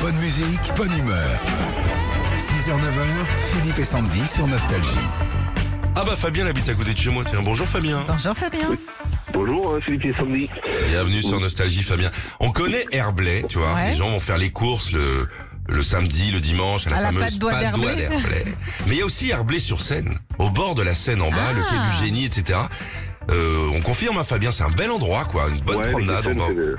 Bonne musique, bonne humeur. 6h, 9h, Philippe et Sandy sur Nostalgie. Ah bah Fabien il habite à côté de chez moi, tiens. Bonjour Fabien. Bonjour Fabien. Bonjour euh, Philippe et Sandy. Bienvenue sur Nostalgie Fabien. On connaît Herblay, tu vois. Ouais. Les gens vont faire les courses le, le samedi, le dimanche, à la À la fameuse patte d'oie d'oie d'Herblay. d'Herblay. Mais il y a aussi Herblay sur Seine, au bord de la Seine en bas, le quai Ah. du génie, etc. Euh, on confirme hein, Fabien, c'est un bel endroit quoi, une bonne ouais, les promenade en Ketsen, bas. c'est le-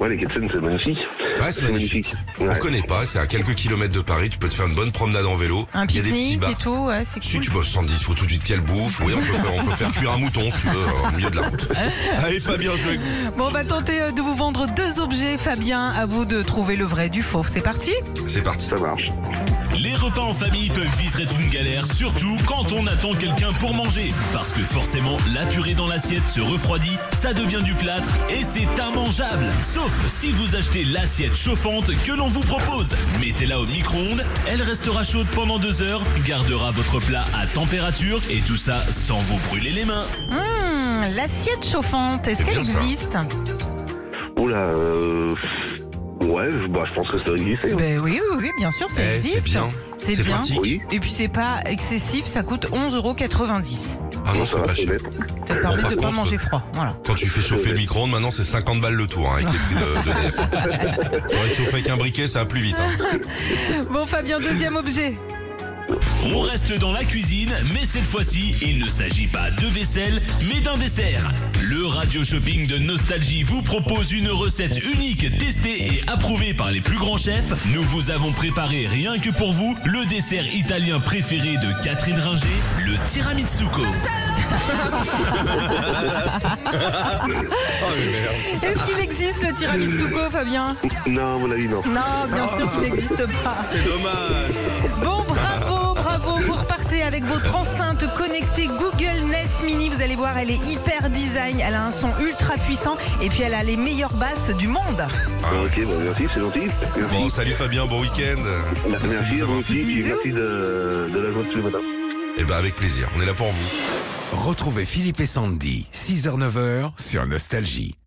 Ouais, les Ketsen, c'est magnifique. Ouais, c'est magnifique. On Ouais. connaît pas, c'est à quelques kilomètres de Paris, tu peux te faire une bonne promenade en vélo. Un il y a des petits pique-nique bars. et tout, ouais, c'est Si cool. tu bosses Sandy, il faut tout de suite qu'elle bouffe. Oui, on peut faire, on peut faire cuire un mouton, si tu veux, euh, au milieu de la route. Allez, Fabien, je vais avec vous. Bon, on va tenter euh, de vous vendre deux objets, Fabien. À vous de trouver le vrai du faux. C'est parti C'est parti. Ça marche. Les repas en famille peuvent vite être une galère, surtout quand on attend quelqu'un pour manger. Parce que forcément, la purée dans l'assiette se refroidit, ça devient du plâtre et c'est immangeable. Sauf si vous achetez l'assiette chauffante que l'on vous propose. Mettez-la au micro-ondes, elle restera chaude pendant deux heures, gardera votre plat à température et tout ça sans vous brûler les mains. Hmm, L'assiette chauffante, est-ce C'est qu'elle bien ça. existe Oula, euh... Ouais, je- bah, je pense que ça existe. hein. Ben oui, oui, oui, bien sûr, ça Eh, existe. c'est bien. C'est C'est bien. pratique. Oui. Et puis c'est pas excessif, ça coûte 11,90€. Ah non, ça c'est va, pas c'est cher. bête. Ça te permet par de pas contre, manger froid. Voilà. Quand tu fais chauffer le micro-ondes, maintenant c'est 50 balles le tour hein, avec les prix de, de DF. Pour être chauffé avec un briquet, ça va plus vite. hein. Bon, Fabien, deuxième objet. On reste dans la cuisine, mais cette fois-ci, il ne s'agit pas de vaisselle, mais d'un dessert. Le Radio Shopping de Nostalgie vous propose une recette unique, testée et approuvée par les plus grands chefs. Nous vous avons préparé rien que pour vous le dessert italien préféré de Catherine Ringer, le tiramizuco. Oh, Est-ce qu'il existe le tiramizuko, Fabien Non, à mon avis, non. Non, bien sûr qu'il n'existe pas. C'est dommage. Bon, bravo, bravo. Vous repartez avec votre enceinte connectée Google Nest Mini. Vous allez voir, elle est hyper design. Elle a un son ultra puissant et puis elle a les meilleures basses du monde. Ah, ok, bah, merci, c'est gentil. Merci. Bon, salut Fabien, bon week-end. Bah, merci à vous aussi, puis Bisous. merci de, de la joie de tous les matins. Et ben avec plaisir, on est là pour vous. Retrouvez Philippe et Sandy, 6h, 9h sur Nostalgie.